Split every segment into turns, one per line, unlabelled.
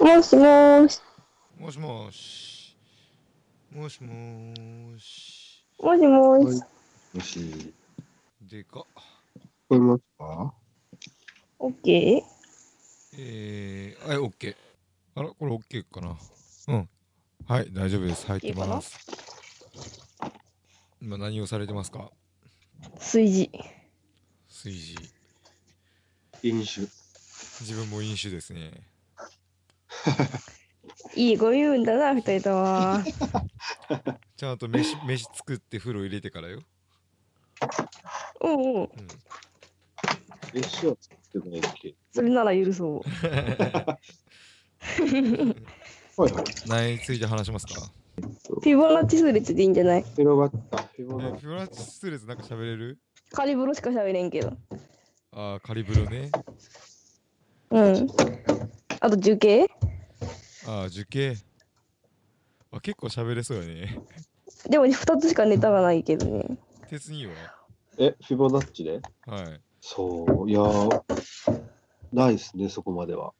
もしもーし。
もしもし。もしもし。
もしもーし。
もし、
でかっ。
聞こえますか
オッケー
えー、はい、オッケー。あら、これオッケーかな。うん。はい、大丈夫です。入ってます。今何をされてますか
炊事。
炊事。
飲酒。
自分も飲酒ですね。
いいご言うんだな、二人とも。
ちゃんと飯、飯作って風呂入れてからよ。
うんうん。
うん。
飯は作ってないっけ
それなら許そう。
はいはい。
何について話しますか
フィボナッチ数列でいいんじゃない
広がった。
え
広が
ー
っ
フィボナッチ数列なんか喋れる
カリブロしか喋れんけど。
ああ、カリブロね。
うん。あと、受刑
ああ、樹形。あ、結構喋れそうやね。
でも、二つしかネタがないけどね。
鉄には
え、フィボナッチで
はい。
そう、いやー、ないですね、そこまでは。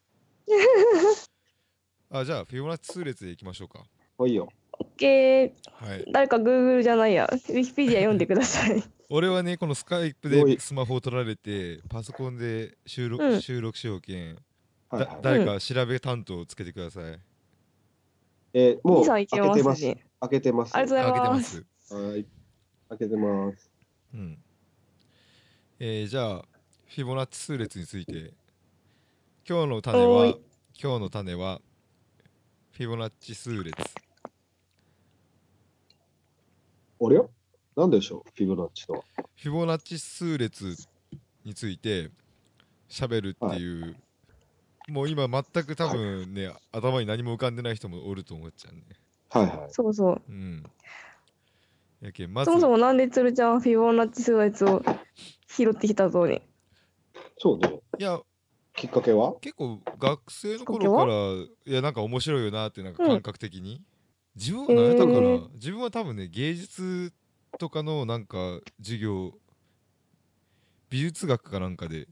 あ、じゃあ、フィボナッチ数列でいきましょうか。
はいよ。
オッケ
はい。
ー。誰か Google じゃないや。Wikipedia 読んでください。
俺はね、このスカイプ
おい
でスマホを取られて、パソコンで収録,、
うん
収録しようけん、
はい
だ
はい、
誰か調べ担当をつけてください。
えーもう
さん
開
い
け
け
て
ま
ますす
ね。。
開けてます。
ありがとうござい
あ
ます
開けてます。
はい。開けてます。
うん。えー、じゃあ、フィボナッチ数列について。今日の種
お
は
ーい、
今日の種は、フィボナッチ数列。
あれなんでしょう、フィボナッチとは。
フィボナッチ数列について喋るっていう、もう今全く多分ね、頭に何も浮かんでない人もおると思っちゃうね。
はいはい。
そうそう。
うん。やけんまず
そもそもなんでつるちゃんはフィボナッチ数列を拾ってきたぞね。
そうね。
いや
きっかけは
結構学生の頃からいやなんか面白いよなってなんか
うん
感覚的に、自分は何やったかな、
へー
自分は多分ね芸術とかのなんか授業美術学かなんかで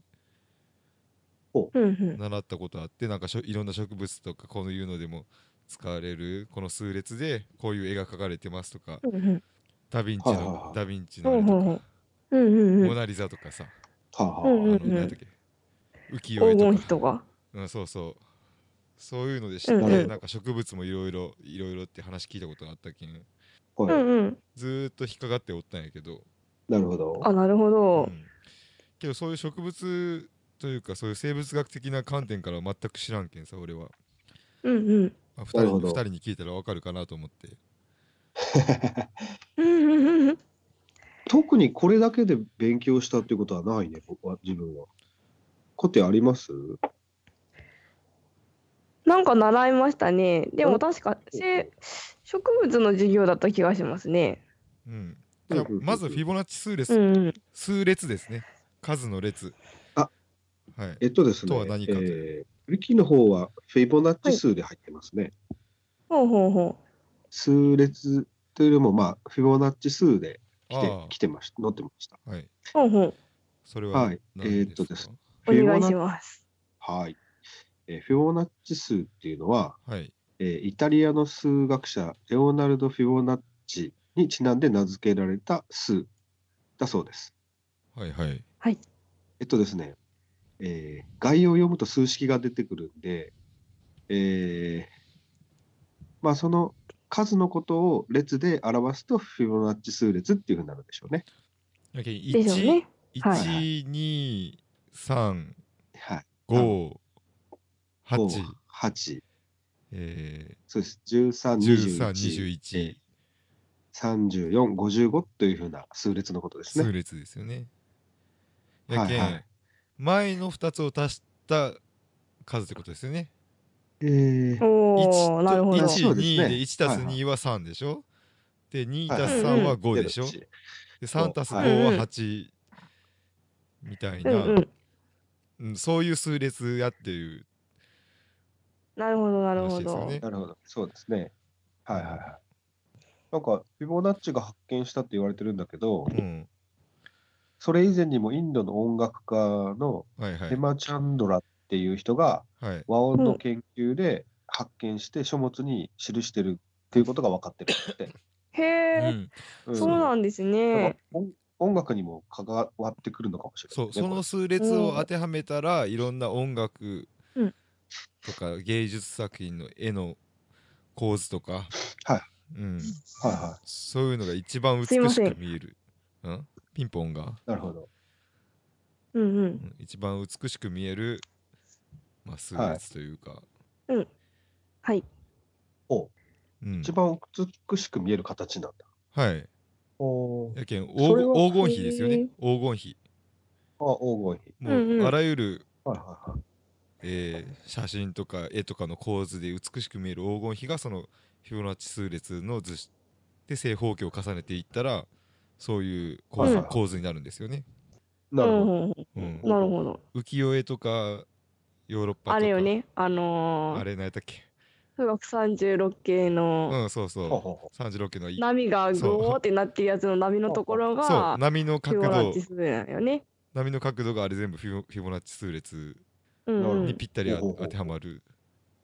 うん うん。
習ったことあってなんかしょいろんな植物とかこういうのでも使われるこの数列でこういう絵が描かれてますとか
うんうん。
ダ・ヴィンチ
はいはい
の
はい
ダ・ヴィンチ
う
のあれ
ん
と
う
か
んうん。うんうん
モ
うん。
ナ・リザとかさ
はあはあ
あ
うん
の
うん
何だっけ浮世絵
黄金
と
比
か、
とか。
うん、そうそうそういうので知って、
うん
うん
なんか植物もいろいろいろいろって話聞いたことがあったけん
は
うん
い
うん。
ずーっと引っかかっておったんやけど、
なるほど。
あ、なるほ
う
ど。
ん、けどそういう植物というかそういう生物学的な観点からは全く知らんけんさ俺は、
うんうん。
まあ、2,
なる
人
ほ
に
ど
二人に聞いたらわかるかなと思って
うんうんうんうん。
特にこれだけで勉強したっていうことはないね、僕は自分は。コテあります
なんか習いましたね。でも確か、せ植物の授業だった気がしますね。
うん。じゃあ
うんうんうん
まずフィボナッチ数列、
うんうん。
数列ですね。数の列。
あ
はい。
えっとですね、
とは何かと
えーウィキの方はフィボナッチ数で入ってますね。
ほうほうほ
数列というよりも、まあ、フィボナッチ数で来
あ
て来てました、載ってました。
あ、はい。
う。ほうほう。
それは
はい。え
何
ーっと
か
ですね。
お
フィボ
願い
ナ
し
ッチ
ます。
はい。えーフィボナッチ数っていうのは、
はい。
えーイタリアの数学者、レオナルド・フィボナッチにちなんで名付けられた数だそうです。
はいはい。
えっとですね、えー概要を読むと数式が出てくるんで、えーまあ、その数のことを列で表すとフィボナッチ数列っていうふうになるでしょうね。
だけ
でしょうね。はい
一二三
はい、
五八
5 8、
え
そうです。13、
十三二十
21、
一
34、55というふうな数列のことですね
数。列ですよね。
は
や
い
け
はい
ん前の二つを足した数ってことですよね。
えー
一
おお、なる
と
ほど。
一
そうです
二
ね
で一足す
はいはい
二は三でしょ。で二
はい
足
はい
す三は五でしょ。
出る
で3たす
はい
5は8みたい
うん
な、
うん。
うんそういう数列やっていう
なるほど、なる
話
ほ
ですよ
ど。
ね。
なるほど、そうですね。はいはいはい。なんか、フィボナッチが発見したって言われてるんだけど、
うん、
それ以前にもインドの音楽家の
はいは
ヘ
い。
マ・チャンドラっていう人が
はい、
和音の研究で発見して書物に記してるっていうことが分かってるんだって。
へ
う
え、
ん、
ん
そうなんです
だから
ね。
音音楽にも関わってくるのかもしれな
そ
いうね。
その数列を当てはめたらいろんな音楽
うん
とか芸術作品の絵の構図とか、
はい
うん、
これはいは
そういうのが一番美
すいま
し
せん
く見える。んピンポンが、
い。なるほど。
うんう。
うんん一番美しく見える、まあ、数
はい
列というか、
はい。
お
うん
一番美しく見える形なんだ。
はい。
お
やけん黄
それは
金黄金比ですよ
へー。
ね黄金比。
あ黄金比。
もう、
うんうん
あらゆる、
はいはいはい。
えー写真とか絵とかの構図で美しく見える黄金比がそのフィボナッチ数列の図式で正方形を重ねていったらそういう構図,、
うん
構図になるんですよね。
なるほど。
うんうん
う
うん
ん、
なるほど。
浮世絵とかヨーロッパとか
あれよね、あの
あ
ー、
れ何やったっけ
富岳三十六系の
うんそうそ
ほう
う。
ほうほ
36系のい
波がグ
そう
ーってなってるやつの波のところ
そう
が
波の
フィ
角
ボナッ
度
チ数なんよね。
波の角度があれ全部フィボフィボナッチ数列
うんう
なる
に
ん。
ぴったりあ
ほうほうほう
当てはまる。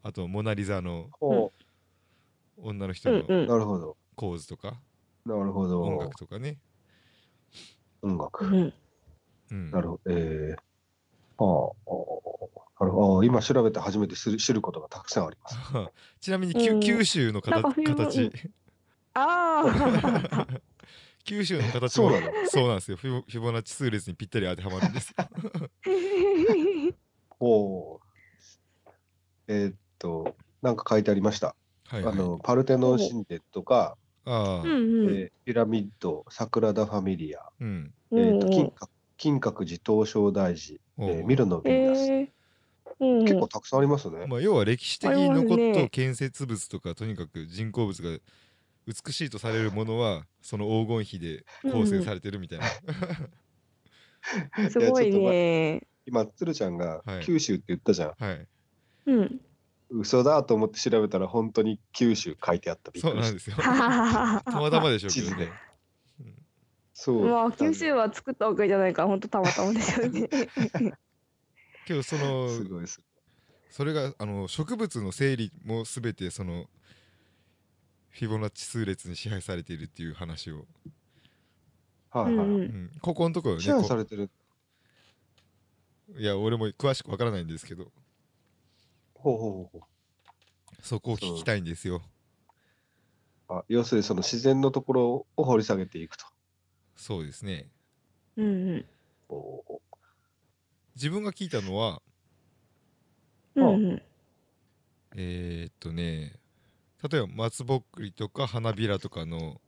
あとモナ・リザの
うほ
女の人
うん
の
う
う。
ん。
なるほど。
構図とか
なるほど。
音楽とかね。
音
う
楽。
ん
うん
なるほど。えーああああなるほどああ今調べて初めて知る知ることがたくさんあります。
ちなみにきゅ、
うん
九州の
なんか
形
冬のう
形
んああ
九州の形
そう
も
なの。
そうなんですよフィボフィボナッチ数列にぴったり当てはまるん ですよ
おーえーっと、なんか書いてありました。
はい、は
あ
い、
のパルテノン神殿とか、
ああ
うんうん。
えーピラミッド、桜田ファミリア、
うん
えーっと
うんうん
金閣金閣寺、東照大寺、え
おう
ーミロのヴィーナス、
ええ。うんうん
結構たくさんありますね。
まあ、要は歴史的に残
あり
っ
ます
た
ね
建設物とかとにかく人工物が美しいとされるものはその黄金比で構成されてるみたいな、
すごい
いやちょっと待
ね。
今、鶴ちゃんが
はい
九州って言ったじゃん。
はい
うん。
嘘だと思って調べたら、本当に九州書いてあった。びっ
そ
く
う
り
なん
し
で
た。
すよ
はははは
たまたまでしょうけど
地
ね
図 で、
うん
そう
ま あ
なんだ
九州は作ったわけじゃないから本当たまたまですよね。
けどその
すごいです。
それがあの植物の整理も全てそのフィボナッチ数列に支配されているっていう話を、
う
はい
ん。
はいう
うんん、ここのところ
支配
ね
さ
こ
れてる。
いや俺も詳しくわからないんですけど
ほうほうほうほう
そこを聞きたいんですよ
あ要するにその自然のところを掘り下げていくと。
そうですね
うん
おー
自分が聞いたのは
うん。うんうん。
えー、っとね例えば松ぼっくりとか花びらとかのん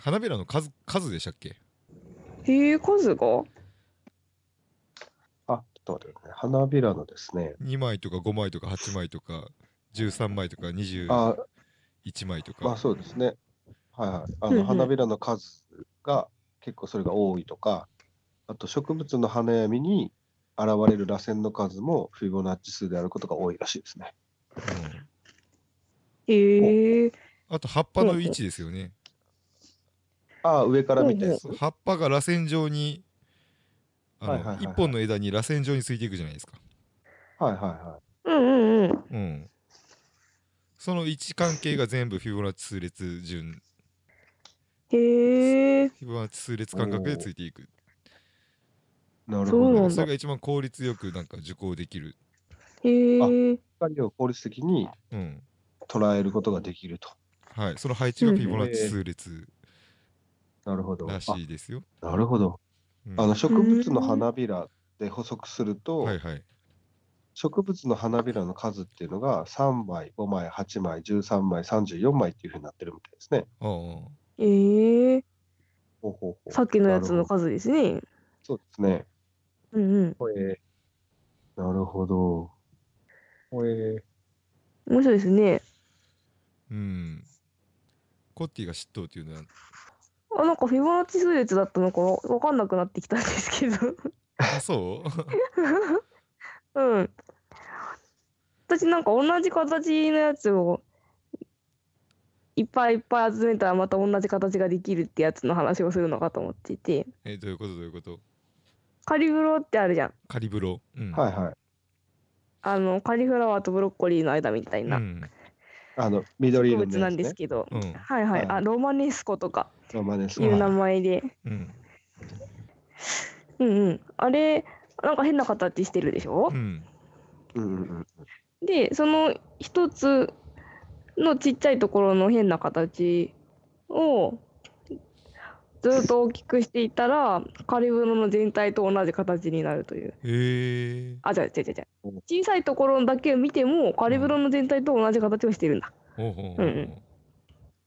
花びらの数数でしたっけ
へえ、数が
あ、ちょっと待ってください。花びらのですね。
2枚とか5枚とか8枚とか13枚とか21
あ
枚と
まあ
か
そうですね。はいはい。あ
うんう
の
ん
花びらの数が結構それが多いとか、あと植物の花や実に現れる螺旋の数もフィボナッチ数であることが多いらしいですね。
うん
へえ。
あと葉っぱの位置ですよね、
ああ、上から見たやつ
そう。葉っぱが螺旋状にあの、
はいはいはいはい
一本の枝に螺旋状についていくじゃないですか、
はいはいは
うんうんうん。
うん、その位置関係が全部フィボナッチ数列順
へえ。
フィボナッチ数列感覚でついていく
い。なる
そ
ほ
うな
だ
ん
か
ど。
ら
だ
それが一番効率よくなんか受講できる、
へえ。
光を効率的に
うん
捉えることができると。
はい、その配置がフィボナッチ数列
なるほど。
ら
あ
しいですよ、
なるほど。
うん
あの植物の花びらで補足すると、
はいはい
植物の花びらの数っていうのが3枚、5枚、8枚、13枚、34枚っていうふうになってるみたいですね。
ああ
ええ。
ほうほうほう
さっきのやつ
な
の
るほど
数ですね。
そうですね。
うんうん。
ほえーなるほど。ほえ
面白いですね。
うんコッティが嫉妬っていうのは
あ、なんかフィボナッチ数列だったのかわわかんなくなってきたんですけど。
あそう
うん。私なんか同じ形のやつをいっぱいいっぱい集めたらまた同じ形ができるってやつの話をするのかと思っていて
えどういうことどういうこと
カリブロってあるじゃん
カリブロ、うん
はいはい。
あのカリフラワーとブロッコリーの間みたいな
うん
あの緑
植
色の
物な
やつ、ね、
んですけど、
うん
はいはい、
は
あ
い
ロマネスコとか
ロマネス
い
コ
う名前で、
うん
うんうん、あれなんか変な形してるでしょ
う、ん
うんうんうん
でその一つのちっちゃいところの変な形をずっと大きくしていたらカリブロの全体と同じ形になるという
へえ
あじゃあ違う違う違う小さいところだけを見てもカリブロの全体と同じ形をしてるんだ、
ほうほうほうほう
うんう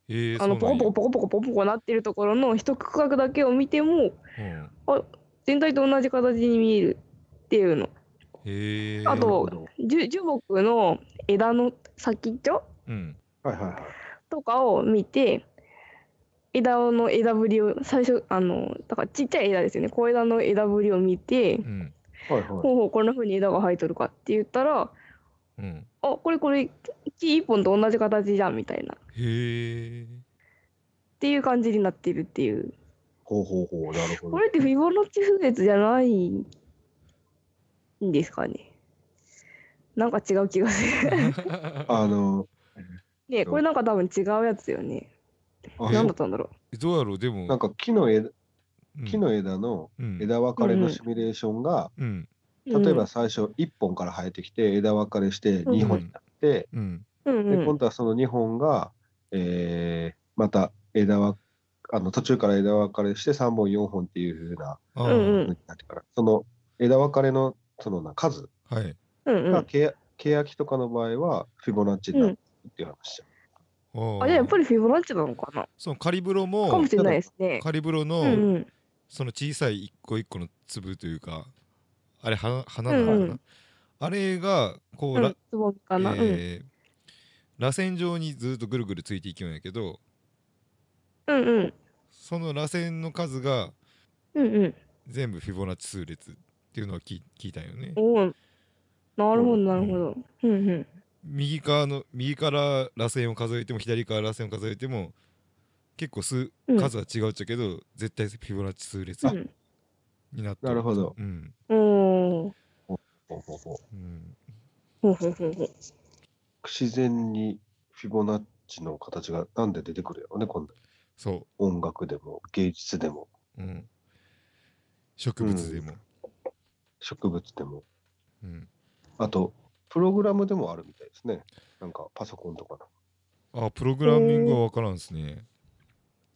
へえ
あのポコポコポコポコポコポコなってるところの一区画だけを見ても
へ
全体と同じ形に見えるっていうの
え
あと
なるほど
樹樹木の枝の先っちょ
うん
はいはいはい
とかを見て枝の枝ぶりを最初あのだからちっちゃい枝ですよね小枝の枝ぶりを見て
うん
はいはい
ほうほうこんな風に枝が生えとるかって言ったら
うん
あこれこれ木一本と同じ形じゃんみたいなっ
へえ
ていう感じになってるっていう
ほうほうほうなるほど
これってフィボナッチ風列じゃないんですかねなんか違う気がする
あの
ねこれなんか多分違うやつよね
あ
何だったんだろ
どうやろうでも
なんか木の枝
うん
木の枝の
うん
枝分かれのシミュレーションが、
うん
う
例え
う
ば
ん
最初1本から生えてきて枝分かれして2本になって、
うん
うん
で今度はその2本が、えーまた枝はあの途中から枝分かれして3本4本っていうふうな
あ
うんう
ー
ん
なんていうかなその枝分かれのそのな数
はい
うんう
が
ん
けや欅とかの場合はフィボナッチになるっていう話じゃん
あー
あじゃあやっぱりフィボナッチなのかな
そのカリブロ
か
も
もしれないですね
カリブロ
うん
の
うん
その小さい一個一個の粒というかあれ花花なの
うんう
かなんあれがこ
う
うんら
つぼみかな、
えー螺旋状にずっとぐるぐるついていくんやけど
うんうん
その螺旋の数が
うんうん
全部フィボナッチ数列っていうのは聞い聞いたんよね
おおなるほどなるほどうんうん
右側の右から螺旋を数えても左から螺旋を数えても結構数
うん
数は違うっちゃけど、絶対フィボナッチ数列
うん
になって
なるほど
うん
おー
ほうほうほう
うん
ほうほうほうほう
不自然にフィボナッチの形がなんで出てくるやろねこんな
そ
音楽でも芸術でも
う、うん、植物でも、
植物でも
うん
あとプログラムでもあるみたいですねなんかパソコンとか
あプログラミングは分からんっすね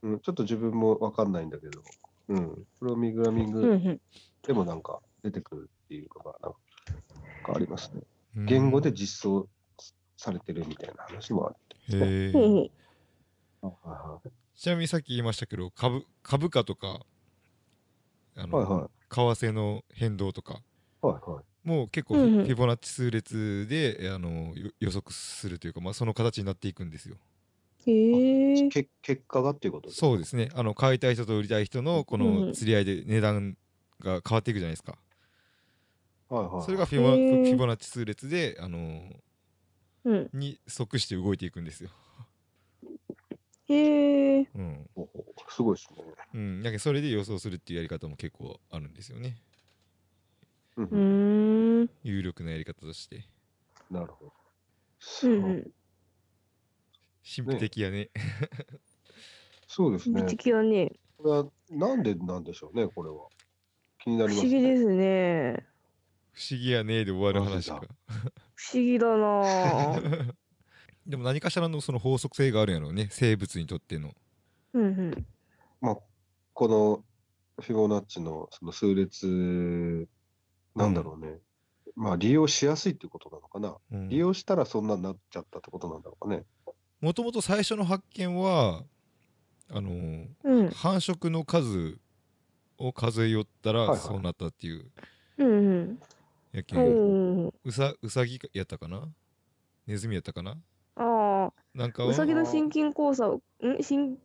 の、うん、ちょっと自分もわかんないんだけど、うん、プログラミン
うんう
グ
ん
でもなんか出てくるっていうのがなんかありますね
うん
言語で実装されてるみたいな話もある
へえ
ほうほう
はいは
ちなみにさっき言いましたけど株株価とかあの、
いはい
為替の変動とか
はいはい
もう結構
う
フ
んうん
ィフィボナッチ数列で、えあのよ予測するというか、まあ、その形になっていくんですよ。
へえ
け結果がっていうこと
そうですねあの買いたい人と売りたい人のこ
うんう
の
ん
釣り合いで値段が変わっていくじゃないですか。
はいはい
それがフィボ
へー
フィボナッチ数列で、あの
うん
に即して動いていくんですよ。
へえ
うん
ほうほうすごいですね、
うん、だけどそれで予想するっていうやり方も結構あるんですよね
う、
うんーん
有力なやり方として
なるほど
う
そ
ん
う
うん
神秘的やね。
そうです
不
ね
思議だね
これはなんでなんでしょうねこれは気にな
不
りま
思
す
議で
ね
すね
不思議やねで終わる話
マ
か
ジ。
不思議だ なぁ
でも何かしらのその法則性があるんやろうね生物にとっての。
うんうん
まあこのフィボナッチのその数列なんだろうね、まあ利用しやすいってことなのかな
うん
利用したらそんなになっちゃったってことなんだろうかね
もともと最初の発見はあのー
うん
繁殖の数を数えよった
はいは
ら
い
そうなったっていう
うん
野球、
うんうん
うさうさぎやったかなネズミやったかな
あ
なんか
あ
を
うさぎの心筋梗塞んしん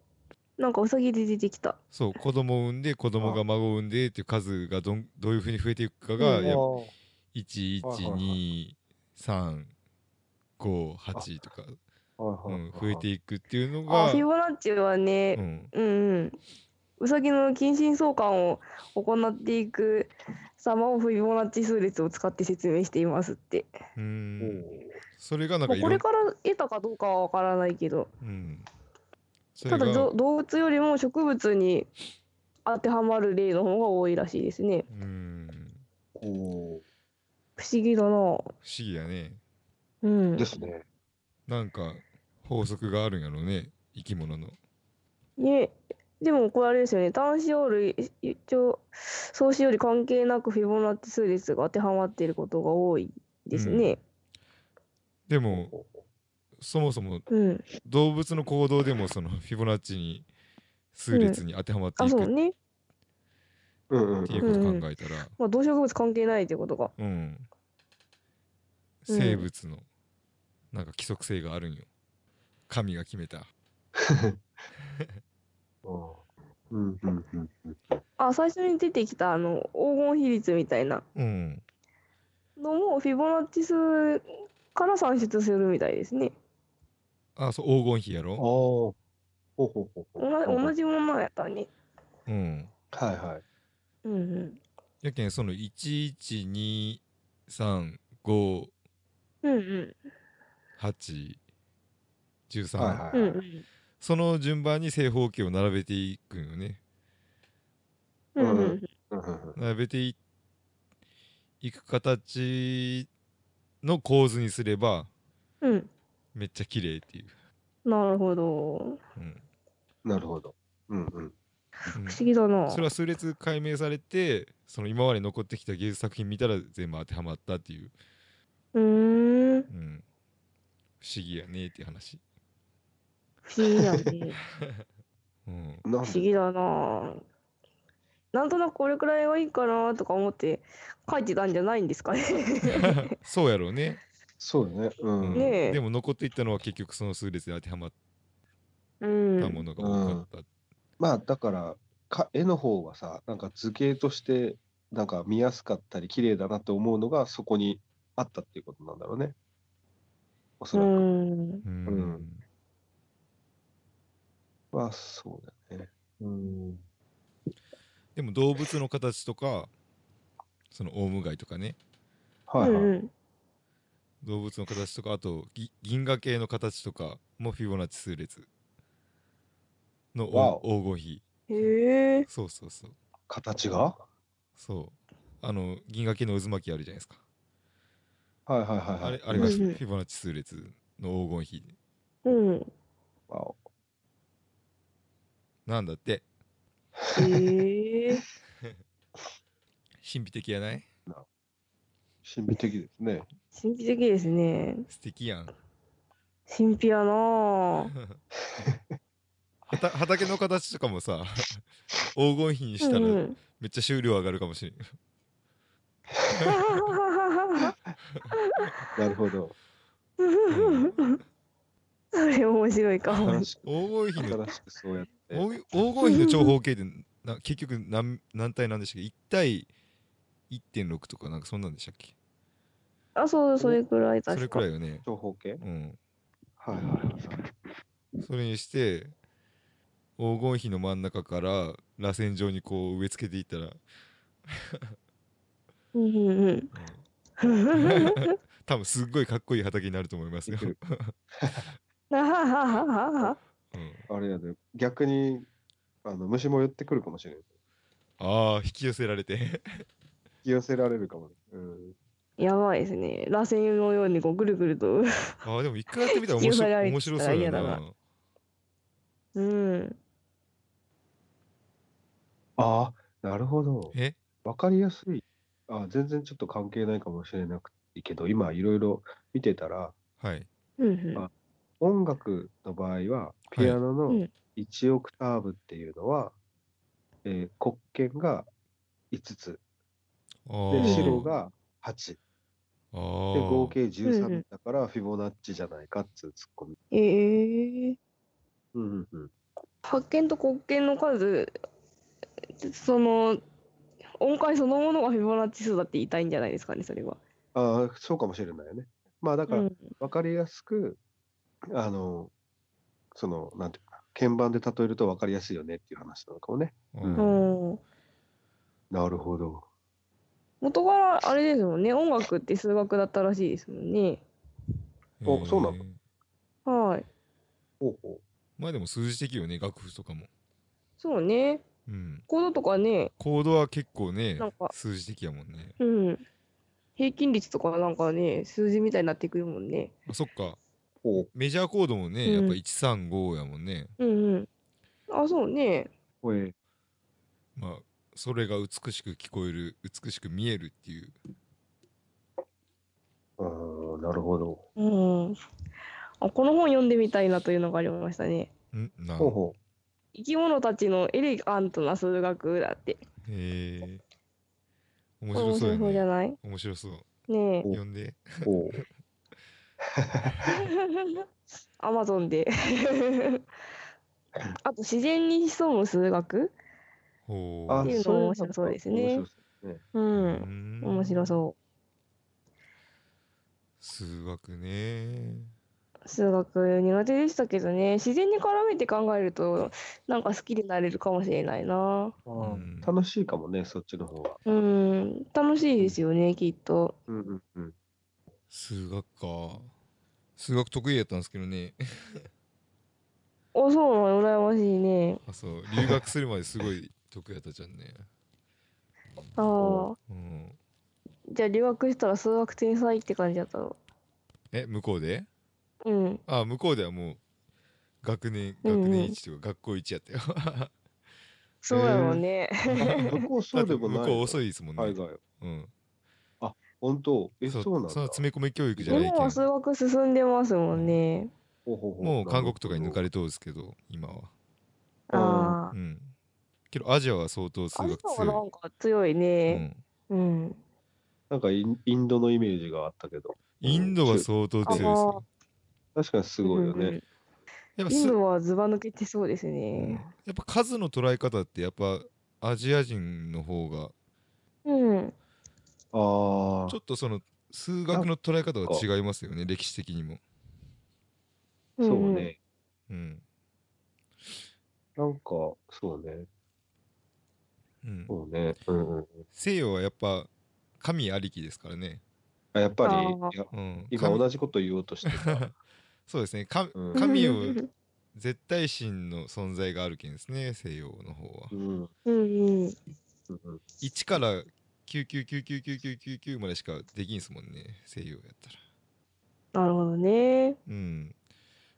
なんかうさぎで出てきた
そう子供を産んで子供が孫を産んでっていう数がどんどういうふうに増えていくか
う
が
ん
やっぱ
あはいはいはい
11238とか、
あは
う
いはい
ん、増えていくっていうの
あ
が
フィボナッチはね
うん
うんうんウサギの近親相関を行っていく様をフィボナッチ数列を使って説明していますって。
うー
お
ん
ー
それがなん
ま
か
あ、
い
こ
ろ
れか
ん
ら得たかどうかはわからないけど、
うんそれ
た
が
だど動物よりも植物に当てはまる例の方が多いらしいですね。
うん
お
不思議だな。
不思議やね
うん
ー。ですね。
なんか法則があるんやろね生き物の
ね、でもこれあれですよね。単子より一応相子より関係なくフィボナッチ数列が当てはまっていることが多いですね。
でもそもそも
うん。
動物の行動でもそのフィボナッチに数列に当てはまって
あ、
いく
そう
っ
ね。
うんうんうん
ていうことを考えたら、
まあ動植物関係ないってことか。
うん生物のなんか規則性があるんよ神が決めた
うんうんうんうん
あ、最初に出てきたあの黄金比率みたいな
うん
のもフィボナッチ数から算出するみたいですね。
あそう黄金比や
ああ。
ろ
ほうほうほうほう
同じ同じものやったね。
うん
はいはい。
うんうん。
やけんその11235
うんうん。
8 13、
はいは
う
い
ん
は
う
い。
ん。
その順番に正方形を並べていくんよね
うんうん
うんうんうん
並べていいく形の構図にすれば
うん。
めっちゃ綺麗っていう、
なるほど。
うん
なるほど。うんう
う
ん。
ん
不思議だな。
それは数列解明されてその今まで残ってきた芸術作品見たら全部当てはまったっていう、
うーん。
うん、不思議やねっていう話、
不思議だね。
うん、
なん
不思議だな。なんとなくこれくらいはいいかなとか思って書いてたんじゃないんですかね。
そうやろうね、
そうだね。う。
うんん
ねえ
でも残っていったのは結局その数列で当てはまっ
う
たも
ん。
のが多かった、
まあだからか絵の方はさなんか図形としてなんか見やすかったり綺麗だなと思うのがそこにあったっていうことなんだろうね。おそうらく。
ん。
うん
うんまあそうだね。うん。
でも動物の形とかそのオウムガイとかね
う
はいはい。
ん
動物の形とかあとぎ銀河系の形とかもフィボナッチ数列の
わ
お黄金比
うん。へえ。
そうそうそう
形がは
そうあの銀河系の渦巻きあるじゃないですか
いはいはいはい。
あれあれが
う
フ
んうん
ィボナッチ数列の黄金比
うん。
わお
なんだって
へえ。
神秘的やない
神秘的ですね。
神秘的ですね。
素敵やん
神秘やなぁ。
はた畑の形とかもさ黄金比にした
うんう
ら
ん
めっちゃ収量上がるかもしれん
なるほど。
それ面白いかも
新。しく
黄金比の
新しくそうやって。
おい黄金比の長方形ってな結局何何対何でしたっけ1対1.6とかなんかそんなんでしたっけ
あ、そう、それくらい
そ
確
れ
か
く。らいよね
長方形
うん
はいはいはい。
それにして黄金比の真ん中から螺旋状にこう植え付けていったら、
うんうん
う
うん。
ん多分すっごいかっこいい畑になると思いますよ、
できる
うん
あれやで、逆にあの虫も寄ってくるかもしれない。
ああ引き寄せら れて
引き寄せられるかもね。うん。
やばいですね。螺旋のようにこうぐるぐると。
ああでも一回やってみたら
引
面
き寄せら
白
れて
面白そうや
嫌
な
だなうん。
ああ、なるほど。
え
わかりやすい。あ、全然ちょっと関係ないかもしれなくていいけど、今いろいろ見てたら、
はい
うんうん
あ音楽の場合は、ピアノ
う
の
ん
1オクターブっていうのは、えー黒鍵が5つ、
あー
で、白が8、で、
あー
合計
うんうん
13だから、フィボナッチじゃないかっつうツッコミ。
ええ。
うんうんうん。
発見と国権の数、その、音階そのものがフィボナッチ数だって言いたいんじゃないですかね、それは。
ああ、そうかもしれないよね。まあだか
う
ら、
ん
わかりやすく、あの、その、なんていうかな、鍵盤で例えると分かりやすいよねっていう話なのかもね。
うん
う。
うんなるほど。
元からあれですもんね。音楽って数学だったらしいですもんね。
おそうなの
えー
はい。
ほうほ
まあでも数字的よね楽譜とかも、
そうね。
うん、
コードとかね、
コードは結構ね
なんか
数字的やもんね
うん。平均率とかなんかね、数字みたいになってくるもんね。
あそっか
うほう
メジャーコードもね、
うん
やっぱ135やもんね
うんうん。あ、そうね。
ほえ
まあそれが美しく聞こえる美しく見えるっていう
あーなるほど。
うん。あ、この本読んでみたいなというのがありましたね。
んな
ほうほ
生き物たちのエレガントな数学だって。
へえ面
これ
白そうや
そうじゃ
ね
ない
面白そう
ね
お
読んで
うほう。
え。アマゾン で。あと自然に潜む数学
ほう
あ
っていうのも面白そうですね
面白そうですね
う。
うんん
面白そう
数学ね
う。数学苦手でしたけどね、自然に絡めて考えると、なんか好きになれるかもしれないな。
あ
う
ー
ん
楽しいかもね、そっちの方が。
うん。楽しいですよね、きっと。
うんうん うん。
数学か数学得意やったんですけどね
お、そうなの、羨ましいね。
あそう留学するまですごい得意やったじゃんね
ああ。
うん
じゃあ留学したら数学天才って感じだったの。
え向こうで
うん。
あ向こうではもう学年
うんうん
学年一とか学校一やったよ
そうやろうね。
向こうそうでもな
向
いの。
こう遅いですもんね、
海外。
うん
本当え、そうなんだ。
その詰め込み教育じ
日
ゃない
本
けん
は数学進んでますもんね。
ほうほうほう
もう韓国とかに抜か
なる
れとうですけど今は
ああ
う。んけどアジアは相当数
アジ
学
アはな
強
んか強い
い、う
ね。
ん、
うん。
ほどなんかインインドのイメージがあったけど。
インドは相当強いですよ
確かにすごいよ
うんう
ね
ん。
やっぱ
イ
す
ンドはずば抜けてそうです
うんや
ね。
っぱ数の捉え方ってやっぱアジア人の方が
うん。
あ
ちょっとその数学の捉え方が違いますよね歴史的にも、
あ、そうね。
うん
なんか、そうね。
うん、
そうね。うんうんうん。
西洋はやっぱ神ありきですからね、
あやっぱ
あー
り、いや
うん、
今
神
同じこと言おうとし てた。
そうですね神
うん
うん。
神を
うん
絶対神の存在があるけんですね西洋の方は
うん
う
うん
ん。
うん
1から9999999までしかできんすもんね西洋やったら
なるほどね。
うん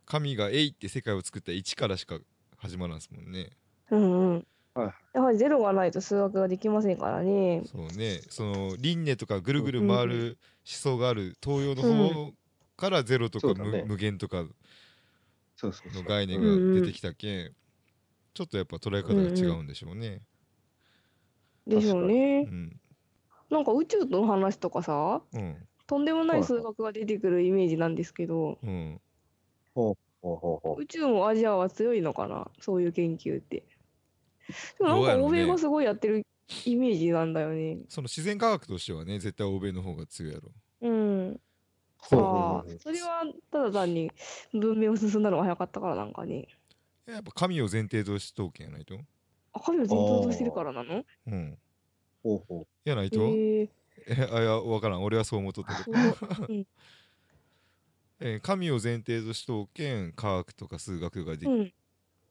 神が「えい!」って世界を作った1からしか始まらんすもんね
うんうん。
はい
やはりゼロがないと数学ができませんからね。
そうねその輪廻とかぐるぐる回る思想がある東洋の方からゼロと
そ
か
うだ
無,、
ね
限とか
そうそうそ
の
う。
概念
うんうん
が出てきたけん、ちょっとやっぱ捉え方が違うんでしょうね、
でしょうね
う。ん
なんか宇宙の話とかさ、
うん
とんでもな
は
い
いはい
数学が出てくるイメージなんですけど、
うん
ほうほうほう
宇宙もアジアは強いのかなそういう研究って。でもなん
どうや
か
ろ
欧
うね
米がすごいやってるイメージなんだよね。
その自然科学としてはね絶対欧米の方が強いやろ
うん。さ
ほうほう
あ
ほう、
それはただ単に文明を進んだのが早かったからなんかね。
やっぱ神を前提としとうけんやないと
あ、神を全頭としてるからなの
うん
ほうほ
やない
え
と、
ー、
えあいや分からん俺はそう思っとったけ
そ
ど、
ううん
えー神を前提としとうけん科学とか数学ができ
うん。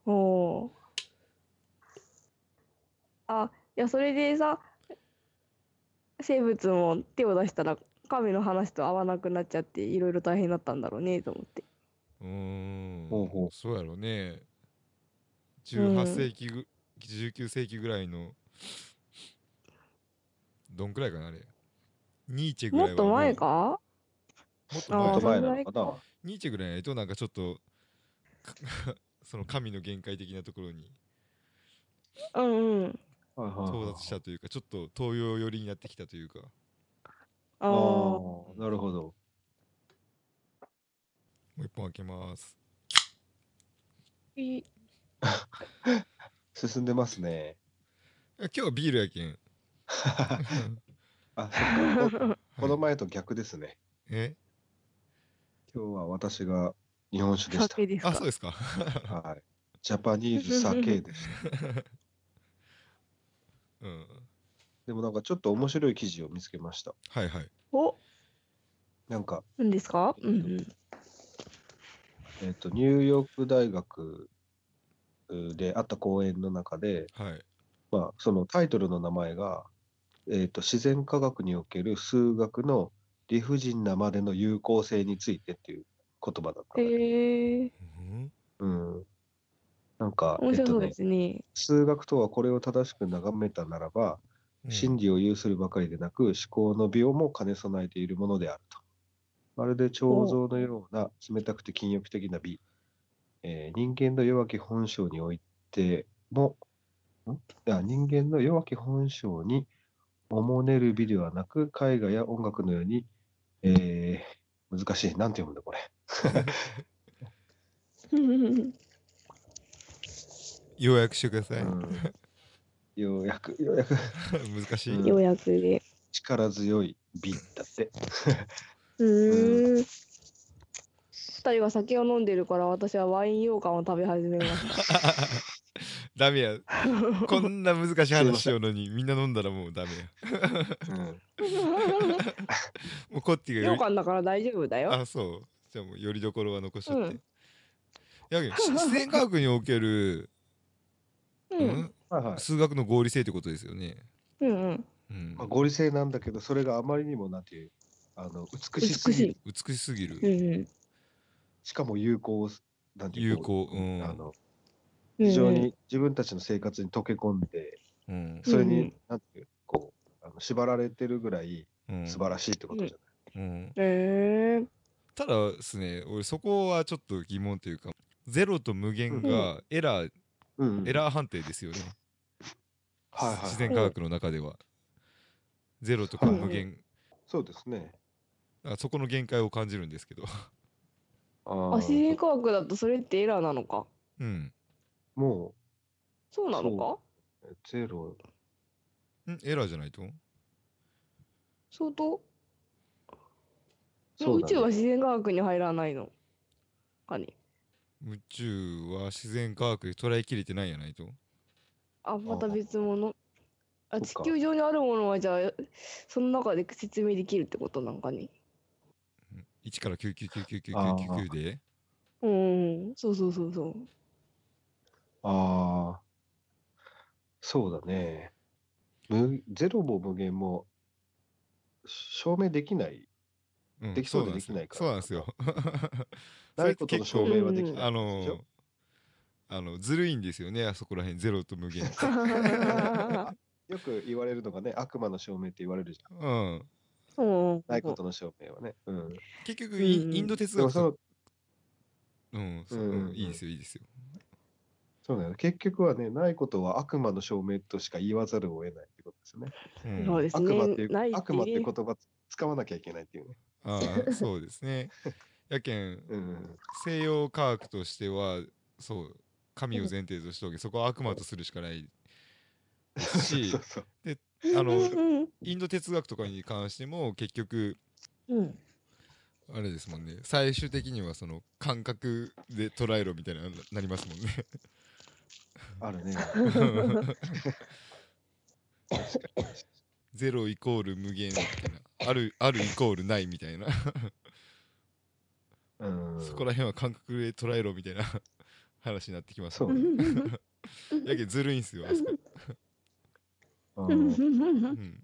おーあ、いや、それでさ、生物も手を出したら神の話と合わなくなっちゃって、いろいろ大変だったんだろうね、と思って。
うーん
ほうほう
そうやろね
うん
18世紀ぐ、19世紀ぐらいのどんくらいかなあれニーチェぐら
も
いは
っと前か
もっと
う。もっ
あ
と
前
ー
前なのかな。
ニーチェぐらいやないとなんかちょっと かその神の限界的なところに
うんうん。
はいはいはい
到達したというかちょっと東洋寄りになってきたというか
ああ。
ああ、なるほど。
もう一本開けます
い
進んでますね。
いや今日はビールやけん
あ、そ っか。 こ の
はい
前と逆ですね。
え
今日は私が日本酒でした。
酒です
あ
か
そうですか
はい。ジャパニーズ酒でした。
うん、
でもなんかちょっと面白い記事を見つけました。
はいはい
お、
なんか、
何ですか？うん
えっとニューヨーク大学うであった講演の中で、
はい
まあ、そのタイトルの名前が、えっと自然科学における数学の理不尽なまでの有効性についてっていう言葉だった
うん。
のね、
へえ、
うん
うん、なんか、え
面
っ
白そ
と
う
ね
で、すね。
数学とはこれを正しく眺めたならば、
うん
真理を有するばかりでなく思考の美をも兼ね備えているものであると。まるで彫像のような冷たくて禁欲的な美。えー人間の弱き本性においても、んいや人間の弱き本性におもねる美ではなく、絵画や音楽のように、えー難しい。なんて読むんだこれ。
要約してください、
うんようやく、ようやく
難しい、
うん
ようやくで。
力強い美だって。
うーん。二人が酒を飲んでるから私はワイン羊羹を食べ始めました。
ダメ やこんな難しい話しようのにみんな飲んだらもうダメや
うん
もうコッ ティがよ
羊
り
羹だから大丈夫だよ。
あそうじゃあもうよりどころは残しとっ
う
て、
ん
やけど し自然科学における、
うん
う。ん
はいはい
数学の合理性ってことですよね、
うんうん。
うん
まあ、合理性なんだけど、それがあまりにもなんていう、あの美
美
しす
し
ぎ
い
る、。
美しすぎる、
うん
しかも有効、なんてい
有
う
効うん
あの
うん。
非常に自分たちの生活に溶け込んで、
うん
それに、
うん
なんていう、こうあの、縛られてるぐらい
うん
素晴らしいってことじゃ
うん
うん。へえ。
ただですね俺そこはちょっと疑問というかゼロと無限がエラー、
ない。うん、
エラー判定ですよね、
はいはい
自
はい、
然科学の中では、ゼロとか無限、
そうですね。
あそこの限界を感じるんですけど
あ
あ、自
ー
然科学だとそれってエラーなのか。
うん
も
そうなのか
そ？う、ゼロ、
んエラーじゃないと
相当。
そう
宇
だね
宙は自然科学に入らないの。かね。
宇宙は自然科学で捉えきれてないやないと
あ、また別物。あ、
そっ
地
か
球上にあるものはじゃあその中で説明できるってことなんかね。
うん1から
あ
9999999
ー
で
うん、そうそうそう そう。
ああ、そうだね。無ゼロも無限も証明できない。
うん
できそうで
なんすよ
できないから
そうなんですよそ
な
れって
いことの
結
証
構
明はでき
うん
ない。
あのーあのずるいんですよねあそこら辺ゼロと無限
よく言われるのがね、悪魔の証明って言われるじゃ
うん
うん、
ん。ないことの証明はね。うん。
結局イン,、
うん
インド哲
でも
学
そ
とう
の、
ん、そう
うんうんうん
うんいいですよいいですよ
そうだよね。結局はね、ないことは悪魔の証明としか言わざるを得ないってことですよね。
うん
そうです
悪
ね。
魔っていう、
ないって
悪魔っていう言葉使わなきゃいけないっていうね。
あーそうですねやけん
うん。
西洋科学としてはそう神を前提としておけそこは悪魔とするしかないです
そう
し
そうそう。
あの
うん
インド哲学とかに関しても結局
うん、
あれですもんね最終的にはその感覚で捉えろみたいなななりますもんね
あるね。
ゼロイコール無限みたいなあるあるイコールないみたいな
うん。
そこら辺は感覚で捉えろみたいな話になってきます
そ
うん
うね。
やけんずるいんすよあそこ、
うん
うん、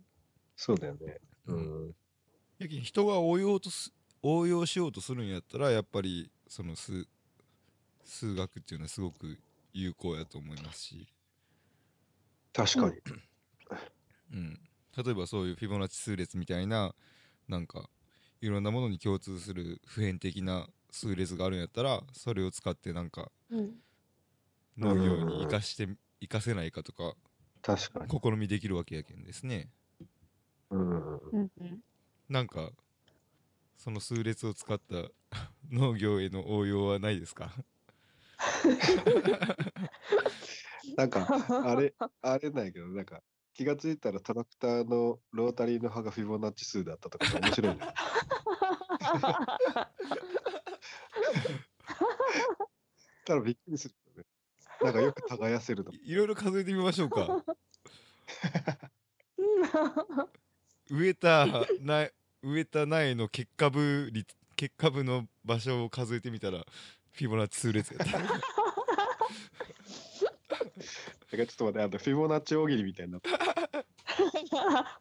そうだよね。う
うん
ん。
やけん人が応用とす応用しようとするんやったらやっぱりその数数学っていうのはすごく有効やと思いますし、
確か
う
に。
ん、例えばそういうフィボナッチ数列みたいななんかいろんなものに共通する普遍的な数列があるんやったらそれを使ってなんか
うん
農業に生かして生かせないかとか
確かに。
試みできるわけやけんですね
うん。
うん
なんかその数列を使った 農業への応用はないですか
なんか、あれ、あれなんやけど、なんか、気がついたらトラクターのロータリーの刃がフィボナッチ数だったとか面白いね。ただびっくりするよね。なんかよく耕せる の。
いろいろ数えてみましょ うか
うん
植えた苗植えた苗の結果部率結果部の場所を数えてみたらフィボナッチ数列やった
だからちょっと待って、あのフィボナッチ大喜利みたいになってる。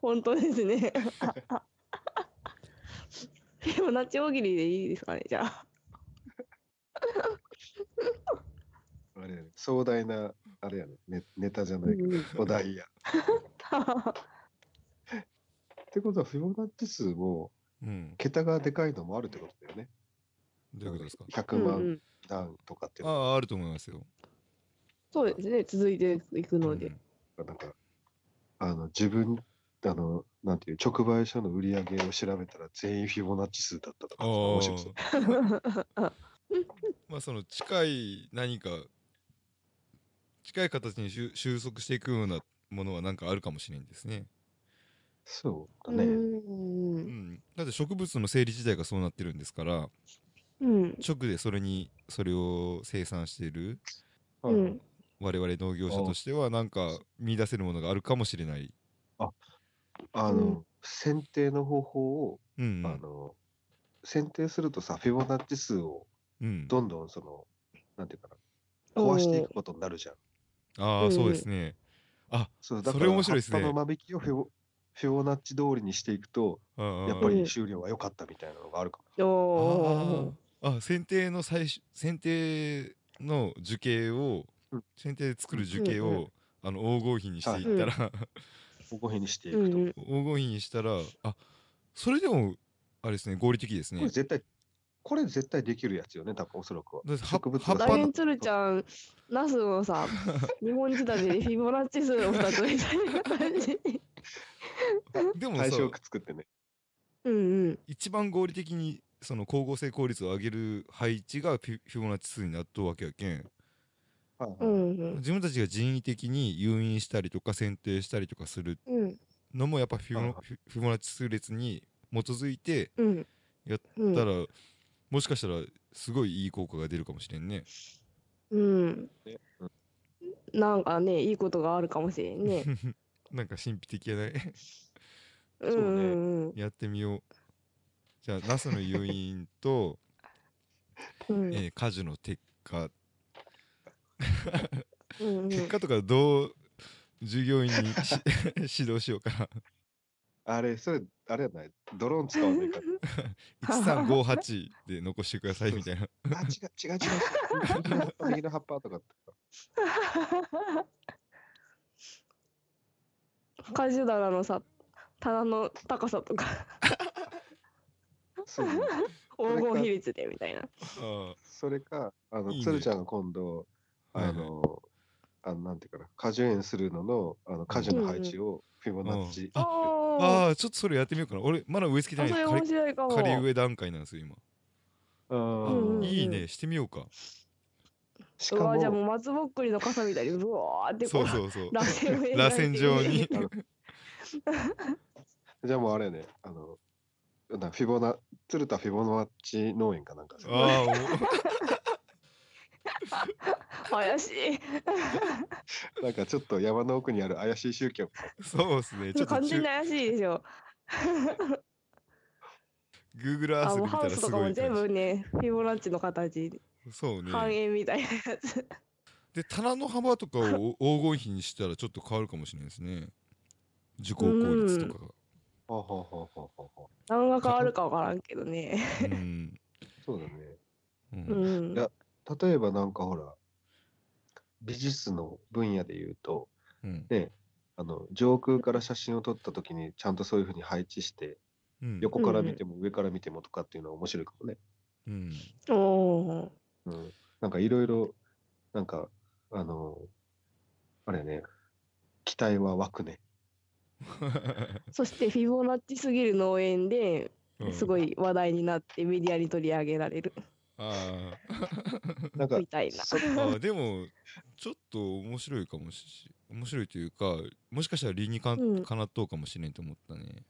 本当ですね。でもナッチ大喜利でいいですかねじゃあ。
あれやね、壮大な、あれやね、ネネタじゃないけど、お題や。ってことは、フィボナッチ数も、
うん
桁がでかいのもあるってことだよね。
どういうことですか
?100
うんう
万
ん
段とかっていう
あ
の
ああると思いますよ、
そうですね続いていくので。
が、なんか、あの、自分、あの、なんていう、直売所の売り上げを調べたら、全員フィボナッチ数だったとか、
ああ
面白そう。
まあその近い何か近い形に収収束していくようなものはなんかあるかもしれんですね、
そうだ
う
ね。
うんん、だって植物の生理自体がそうなってるんですから
うん
直でそれにそれを生産している
うんうん
我々農業者としてはなんか見出せるものがあるかもしれない、
あ
う
の、選定の方法を、
うんう
あ
ん
の、選定するとさ、フィボナッチ数を
うん、
どんどんその、なんていうかな、壊していくことになるじゃん。
ああ、そうですねあ
そう
それ面白いですね
葉っぱの間引きをフィボフィボナッチ通りにしていくと、
や
やっぱり収量は良かったみたいなのがあるかも。
お
あーあ剪定の最終剪定の樹形を
うん
剪定で作る樹形
う
を、
んうん
あの黄金比にしていったら、
ここへにしてい
ーう
く
ん
と。
うん
黄金比にしたらあそれでもあれですね合理的です
これ
ね
絶対、これ絶対できるやつよね、多分おそらくは
だって。葉
植物
葉っぱ
大
の
変つるちゃんナスを さ日本仕立てでフィボナッチ数を2つみたいな感じ。
でも
対
さ
象区作ってね。
うんうん
一番合理的にその光合成効率を上げる配置がフィフィボナッチ数になっとうわけやけん
はいは
う
い
んうん
自分たちが人為的に誘引したりとか剪定したりとかする
うん
のもやっぱフィボナ
ああ
フィフィボナッチ数列に基づいて
うん。
やっ
うん
たら、もしかしたらすごいいい効果が出るかもしれんね。
うん
ね。
なんかねいいことがあるかもしれんね。
なんか神秘的やない
う
そうんね
うん
やってみよう。じゃあナスの誘引と、
うん。
えー果樹の鉄火
うんうん
結果とかどう従業員にし 指導しよ うか
あれ、それ、あれやない、ドローン使わないから。
な1358で残してくださいみたい な
あ、違う違う違う。右の葉っぱ、右の葉っぱとかって。
果樹棚のさ棚の高さとか
そうね
黄金比率でみたいな。
あ
それか、あの、
いいね
鶴ちゃんが今度、
はいはい
あの、あのなんていうかな、果樹園するのの、あの果樹の配置をフィボナッチ。
あ
あ
ー
あーちょっとそれやってみようかな俺まだ植え付け
あ
て
そ
ない
れ面白いかも。
仮植え段階なんですよ今、
あー
うんうん
いいねしてみようか
し
う
か
わじゃあも
も、
う松ぼっくりの傘みたいにブワーって
そ
こ
う
う
そうそ う
螺旋上に
螺旋状に
あのじゃあもうあれやね、あの、なフィボナ、鶴田フィボナッチ農園かなんかさ
ああ
怪しい。
なんかちょっと山の奥にある怪しい宗教。
そうですねちょっと
完全
中
に怪しいでしょ。
Google
あ
Earth で
もう
見た
ハウ
ら
ス
す
とか
ご
も
い
全
感
部ねフィボナッチの形、
じそう
半
ね
円みたいなやつ。
で棚の幅とかをお黄金比にしたらちょっと変わるかもしれないですね受講効率とかが
ほうほうほうほうほうほ
何が変わるかわからんけどね。
うん、
うそうだね。
う
うんん。
いや例えばなんかほら、美術の分野で言うと、
うん
あの上空から写真を撮った時にちゃんとそういうふうに配置して
うん
横から見ても上から見てもとかっていうのは面白いかもね。
うん
おお
うん、なんかいろいろなんかあのあれね期待は湧くね。
ー。そしてフィボナッチすぎる農園で
うん
すごい話題になってメディアに取り上げられる
あー
なんか
みたいな。
そ
あーでもちょっと面白いかもし面白いというかもしかしたら理にか,、
うん
かなっとうかもしれんと思ったね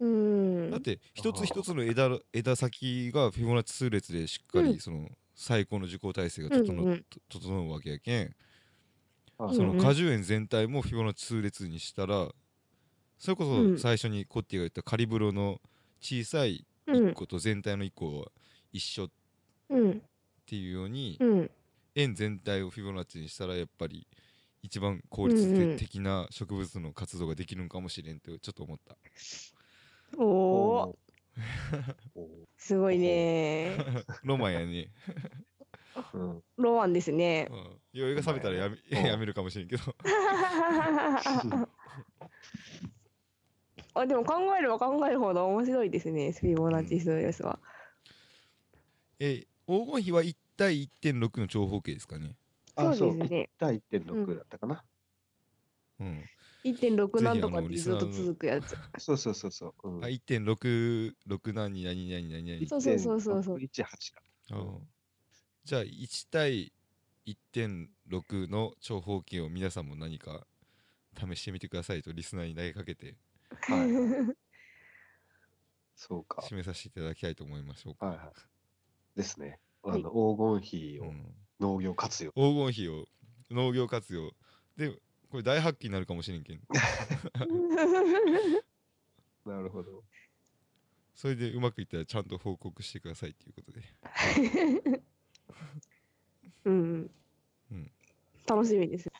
う
だっ
ん。
て一つ一つの枝枝先がフィボナッチ数列でしっか
う
り
ん
その最高の受講体制が
う
整,、
んうん
整うわけやけん
あ
その
うんうん
果樹園全体もフィボナッチ数列にしたらそれこ
う
そ
ん
最初にコッティが言ったカリブロの小さい
うん
1個と全体の1個は一緒っ
うん
ていうように
うん
円全体をフィボナッチにしたらやっぱり一番効率的な植物の活動ができるんかもしれんってちょっと思った。
おおー
おーお
すごいね
ロマンやね。
ーうん
ロマンです ね
うん、酔いが覚めたらやめ
うん
やめるかもしれんけど。
あでも考えれば考えるほど面白いですねスピボナッチスの様子は、
え黄金比は1対1.6の長方形ですかね。
あ、
そ
そうう、
ですね
1対1.6だったかな。
うん、
1.6
ぜひあ
なん
の
とかってずっと続くやつ
そうそうそうそう。うん
あ1.6 6何何何何何
そうそうそうそうそう
1.18だ。
あーじゃあ1対1.6の長方形を皆さんも何か試してみてくださいとリスナーに投げかけて
はい。そうか。
締めさせていただきたいと思いましょうか。
はいはい。ですね。あ
はい
の黄金比
う
を
ん
農業活用。
黄金比を農業活用でこれ大発揮になるかもしれんけん
なるほど。
それでうまくいったらちゃんと報告してくださいということで
うん、
うん
楽しみです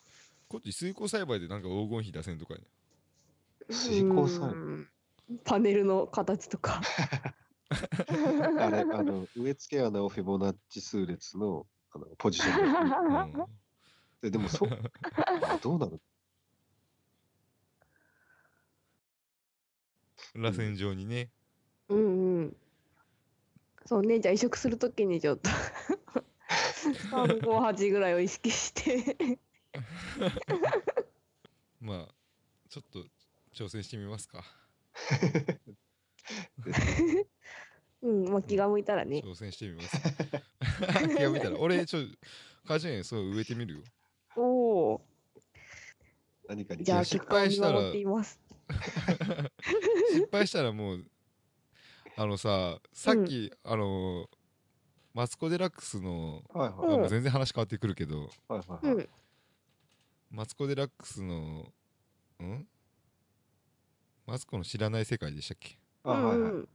こっち水耕栽培でなんか黄金比出せんとかね
水耕栽培
うんパネルの形と か
あれ、あの、植え付け穴をフィボナッチ数列のあのポジショ ンで
うん
で。でも、そう、あどうなの
螺旋状にね、
うんうんそうねじゃあ移植するときにちょっと358ぐらいを意識して
まあちょっと挑戦してみますか
うんまあ気が向いたらね
挑戦してみます気が向いたら俺ちょ果樹園そう植えてみるよ
おお
何かに
じゃあ
失
結果を
敗し
見
たら
守っています
失敗したらもうあのささっき、あのマツコ・デラックスの、
はい
うん
はい
もう全然話変わってくるけど
はいは
う
い
ん
はい。
マツコ・デラックスのんマツコの知らない世界でしたっけ
あはいは
う
い。
ん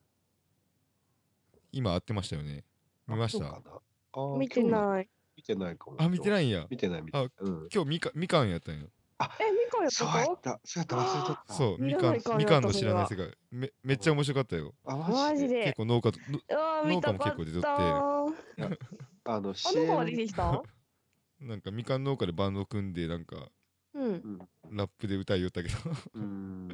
今合ってましたよね見まし
あ
た。
う
そ
ん、
う
見て
い。
ない
見てないかも。
あ見てないんや
見てない見てない。うん。
今日みかみかんやったんよ
えみかんやっ
そうや
た
った。そうやった。忘れとった。
そうみ
見ら
か
なんいかんや
み
った
かんの知らない世界めめっちゃ面白かったよ
あ、
マジ。
結
で
構農家との
うわー見たかった
農家も結構出とって
あ
あの、
の子は
CM
出てきた
なんかみかん農家でバンド組んでなんか
うん
うん
ラップで歌いよったけ ど
うん。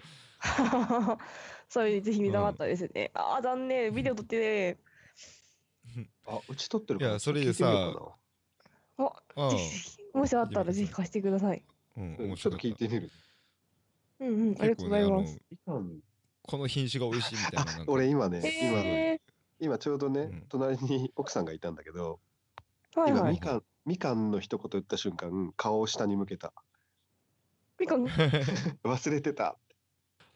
それぜひ見たかったですね。ああ、残念。ビデオ撮ってね。
あ、うち取ってるから。
いやそれ
ちょっと聞いてみよ
でさ
うか
あ、
あ
な
あ
ぜひぜひもしあったらぜひ貸してください。
うん
うん
面
ちょ
白
っ
か
と
った
聞いてみる。
うんうん、ありがとうございます。
ね
みかん
この品種が美味しいみたいな なんか
俺今ね、
へえ
今今ちょうどね、
うん
隣に奥さんがいたんだけど、
はい
今
は
み
い。
かんみかんの一言言った瞬間顔を下に向けた
みかん、
忘れてた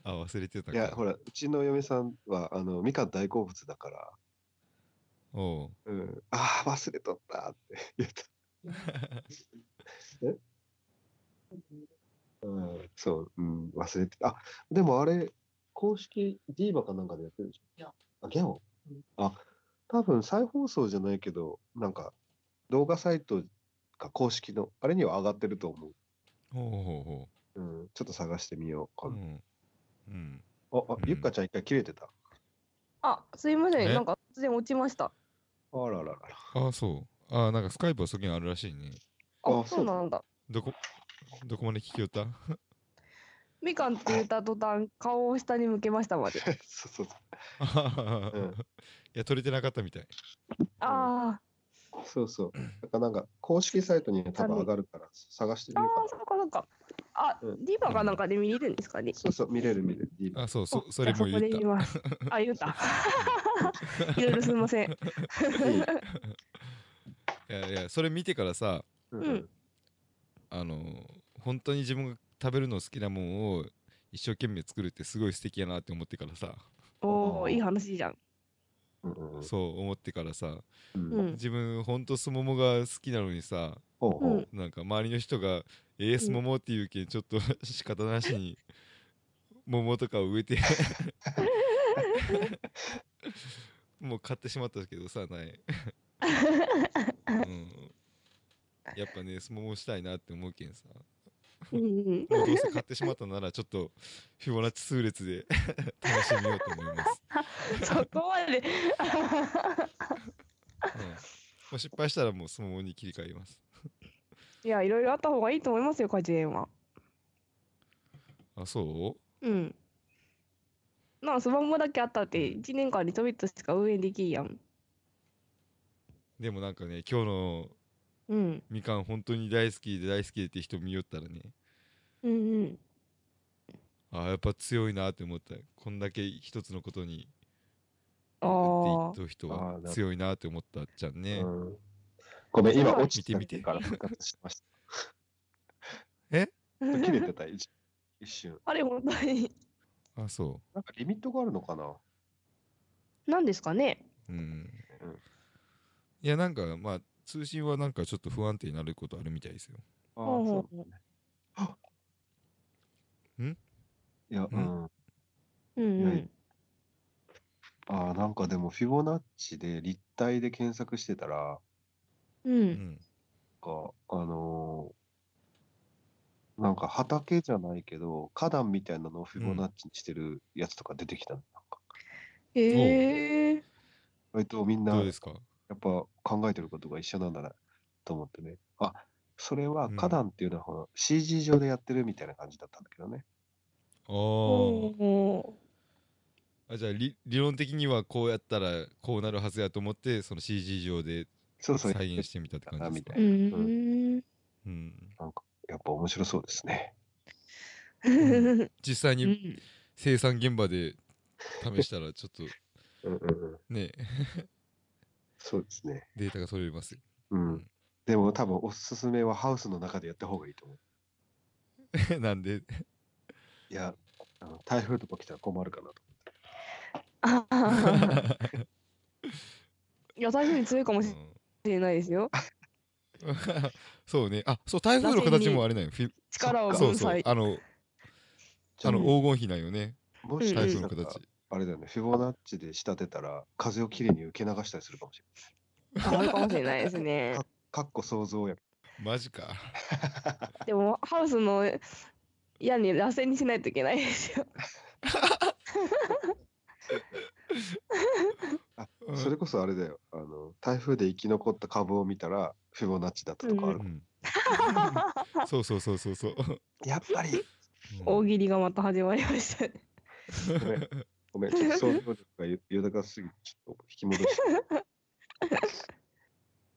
あ忘れてた
いやほ
ら
らうちの嫁さんはあのみかん大好物だから、
おう
うん、ああ忘れとったって言った、うん、そう、うん、忘れてたあでもあれ公式ディーバかなんかでやってるでしょあギャオあ多分再放送じゃないけどなんか動画サイトか公式のあれには上がってると思う
ほうほうほ
うん、ちょっと探してみよう
うう
かな。
んうん
あ、あ、ゆっかちゃん一回切れてた。
あ、すいません。
え
なんか突然落ちました。
あらららら。
ああそうああなんかスカイプはそこにあるらしいね
あ、
あ
そうなんだ。
どこどこまで聞きよった
みかんって言った途端、顔を下に向けましたまで。
そうそうそう。
いや取れてなかったみたい
ああ、
そうそう。だからなんか公式サイトには多分上がるから探して
あ
みよ
あ、
う
そ
か
うかそうか。あ、
うん
ディーバかなんかで見れるんですかね
な。。そうそう、見れる見れる。
あそうそ
お
それも
じゃあそこで
言っ
見ます。あ、言った。 いろいろすみません。
いい
たいやいやそれ見てからさ
うん
うん
あの本当に自分が食べるの好きなもんを一生懸命作るってすごい素敵やなって思ってからさ
おお、いい話じゃん。
うんうんうん
そう思ってからさ
うん
うん
自分ほんとすももが好きなのにさ
ほうほう
なんか周りの人が「えー、すもも」っていうけんちょっと 仕方なしに桃とかを植えて もう買ってしまったけどさ ない、うん、やっぱねすももしたいなって思うけんさ
うん
もうどうせ買ってしまったならちょっとフィボナッチ数列で 楽しみようと思います、
そこまで
うんもう失敗したらもうすももに切り替えます
いやいろいろあった方がいいと思いますよ果樹園は
あそう
うんなあそばもだけあったって1年間にちょびっとしか運営できんやん
でもなんかね今日の
うん
みかん本当に大好きで大好きでって人見よったらね
うんうん
あやっぱ強いなって思ったこんだけ一つのことに
あ
や
あ
っていった人
あーな
は
るほど
強いなって思ったじゃんね、
うんごめん、今落ちて
見て
た
見て
から復活しました。
え
切れてた、一一瞬。
あれ本当に
あそ
なんかリミットがあるのかな
何ですかね
ううん
うん
いやなんかまあ通信はなんかちょっと不安定になることあるみたいですよ
あ
ほう
ー
ほ
そううねあ
ん
いや、うん。
うんう
いや
ん
あーなんかでも、フィボナッチで立体で検索してたら、な
う
う
ん
んん
か、あのーなんか畑じゃないけど、花壇みたいなのをフィボナッチにしてるやつとか出てきたの。なんか
へえ
割とみんな、
どう
や
で
っ
すか
ぱ考えてることが一緒なんだなと思ってね。あ、それは
うん
花壇っていうのはほら CG 上でやってるみたいな感じだったんだけどね。
あ
お
ー
お
あじゃあ理理論的にはこうやったらこうなるはずやと思ってその CG 上で
そうそう。
再現してみたって感じですか
みた
う
い
ん
うん
なんか、やっぱ面白そうですね。
ん実際
う
に
ん
生産現場で試したらちょっと
うんうんうん。
ね
そうですね。
データが取れますよ
うん。でも多分おすすめはハウスの中でやった方がいいと思う。
なんで
いや、あの台風とか来たら困るかなと。
あー いや台風に強いかもし
うん
れないですよ
そうね。あ、そう、台風の形もあれなんよ。フィ
力を
あ
分
そうそう
散。
あの、
じゃ
あ
あ
の
うん
黄金比なんよね。
もし
うんうん
台
台
風
風
の
の形、
形。
あれだよね、フィボナッチで仕立てたら、風をきれいに受け流したりするかもしれない。
あるかもしれないです ね
かかっこ想像や。
マジか。
でもハウスの屋に螺旋にしないといけないですよ。
うん
それこそあれだよ、あの台風で生き残った株を見たら、フィボナッチだったとかある
う
かも、
ん そうそうそうそうそう。
やっぱり、
大喜利がまた始まりましたね。
ごめん、ごめん、ちょっと想像力がゆ豊かすぎて、ちょっと引 き戻して。い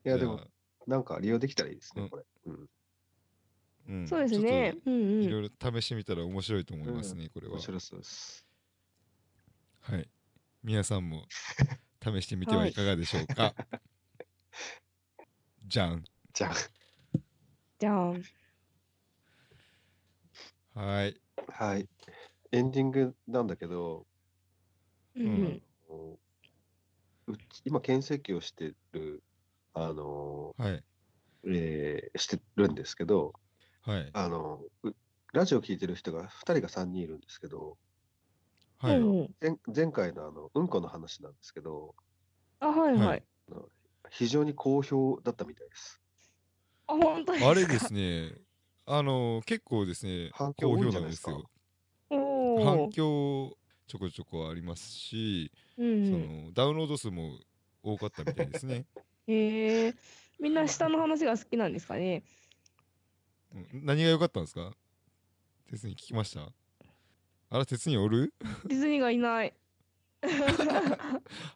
い
や、でも、、なんか利用できたらいいですね、
うん
これ。うん、
うん
そうですね。。うん
ちょっと
う
いろ
ん。
いろ試してみたら面白いと思いますね、これは
面。白そうです。
はい。皆さん も試してみてはいかがでしょうか。じゃん。
じゃ
じゃあ
はい。
あ、はい。エンディングなんだけど、
うん
あのうち今、検査機をしてる、あの、
はい。
えーしてるんですけど、
はい。
あの、うラジオ聞いてる人が2人が3人いるんですけど、
うん。
はい。
うん
前前回のあのうんこの話なんですけど、
あはい
は
はいい。
非常に好評だったみたいです。
あ本当ですか。
あれですね、あの結構ですね、
反響
好
多いん
評
じ
な
ゃ
ん
な
で
いです
す
か
よ。
お
反
お。
響ちょこちょこありますし、
う
そ
ん。
のダウンロード数も多かったみたいです ね。
へえ。みんな下の話が好きなんですか ね。
うん何が良かったんですか鉄に聞きましたあら、鉄におる
ディズニーがいない。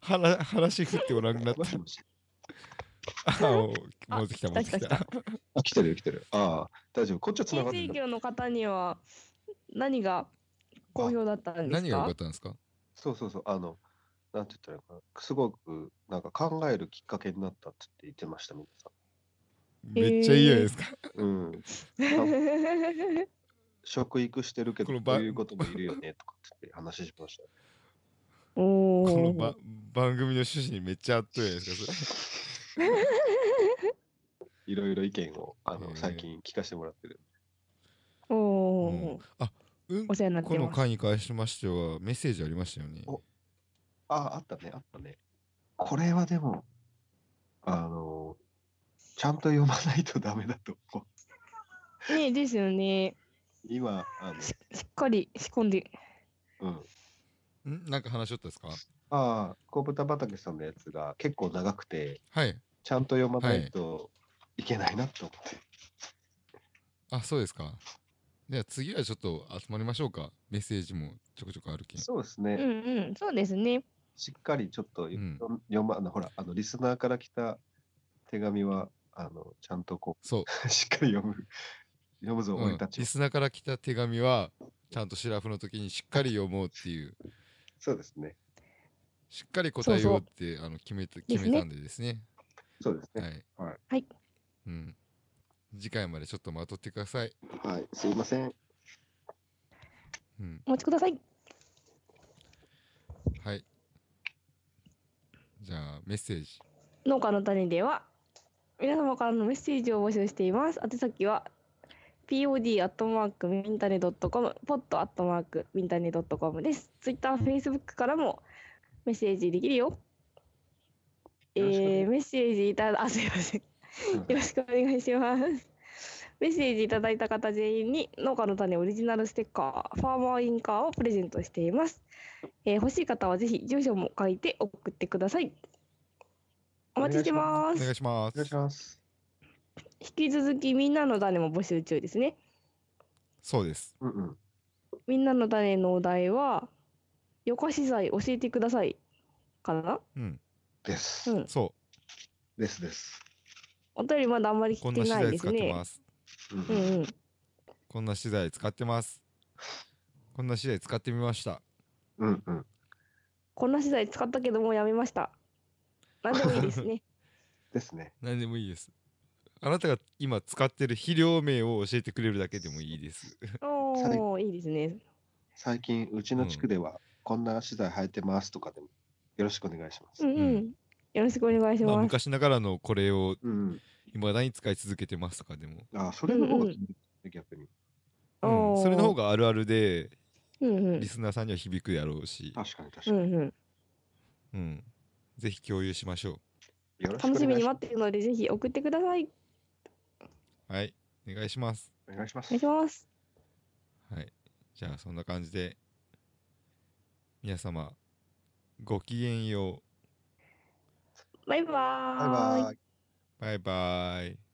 はら話振っておらんくなっ
もしもし
た。あお戻ってきた、
あ
戻ってき
来た
た。
あ、来てるよ来てる。ああ、大丈夫。こっちは繋がって
地
る。
域の方には何が好評だったんです
何が良か
か
っ。たんですか
そうそうそう。あの、なんて言ったらいいのかな。すごく、なんか考えるきっかけになったって言ってました、皆さ
めっちゃいいじゃないですか。
ん。うん。食育してるけ
こ
ど、
の場
こういうこともいるよね、とかって言って話しました。
お
この、
お
ば。番組の趣旨にめっちゃ合っとるやないですかそ れ
いろいろ意見をあの、
へえ
最近聞かせてもらってる。
おお
うん
ー。
あうん
お世話になっ
こ
て
の
ます。
回に関しましてはメッセージありましたよね
おああ、あったね、あったね。これはでも、あの、ちゃんと読まないとダメだと思う。
ねですよね。
今、 あ
ししっかり仕込んで。
の、うん。
んなんか話しとったですか
ああ、小豚畑さんのやつが結構長くて、
はい
ちゃんと読まないといけないなと思って。
あそうですかでは次はちょっと集まりましょうかメッセージもちょこちょこあるけん
そうです
う
ね。
んうん。そうですね。
しっかりちょっと読,、
ん
読ま、あのほら、あの、リスナーから来た手紙は、あの、ちゃんとこ
そう
う、 しっかり読む。読むぞ、
うん
俺たちを
リ。スナーから来た手紙はちゃんとシラフの時にしっかり読もうっていう
そうですね。
しっかり答えようってあの決めた決めたんでですね
そうですね。
はい、
はい
はい
うん、次回までちょっとまとってください、
はい、すいません。
うん、
お待ちください。
はいじゃあメッセージ
農家の種では皆様からのメッセージを募集しています。宛先は pod アットマークミンタネドットコム、pod アットマークミンタネドットコムです。ツイッター、フェイスブックからもメッセージできるよ。え
よろしくお願い
ー、メッセージいただあすいません。よろしくお願いします。メッセージいただいた方全員に農家の種オリジナルステッカー、ファーマーインカーをプレゼントしています。えー、欲しい方はぜひ住所も書いて送ってください。お待ちしてま
お
す
願い。しま
お願いし
す
ます。
引き続きみんなの種も募集中ですね。
そうです
うんうん。
みんなの種のお題は、よか資材教えてください。かな
うん
です。
うん
そ
ですです。
お便りまだあんまり
うこ
来
んな
て
資
ない
材
で
使
す
って
ね
ま。す
う
う
ん
んうん。
こんな資材使ってますこんな資材使ってみました
うんうん。
こんな資材使ったけどもうやめました。なんでもいいですね。
ですね。
何でもいいですあなたが今使ってる肥料名を教えてくれるだけでもいいです
おお、いいですね。
最近、うちの地区では、こんな資材生えてますとかでも、よろしくお願いしま
う
す。
んう。
うん
よろしくお願いし
まあ、
ます。
昔ながらのこれを
うんうん。
未だに使い続けてますとかでも、
あ、それの方が
うんうん
いいね、逆に。
うん
おー
それの方があるあるで
うんうん
リ。スナーさんには響くやろうし、
確かに確か
う
に。
んうん。
うん、ぜひ共有しましょ
よろしくお願
楽しみ
い
に待
しま
ってるので、ぜひ送ってください。
うはいお願いします
す。お願いしま
お
す
願いし。ます。
はいじゃあそんな感じで皆様ごきげんよ
バイバ
バイバイ。
うバイバーイ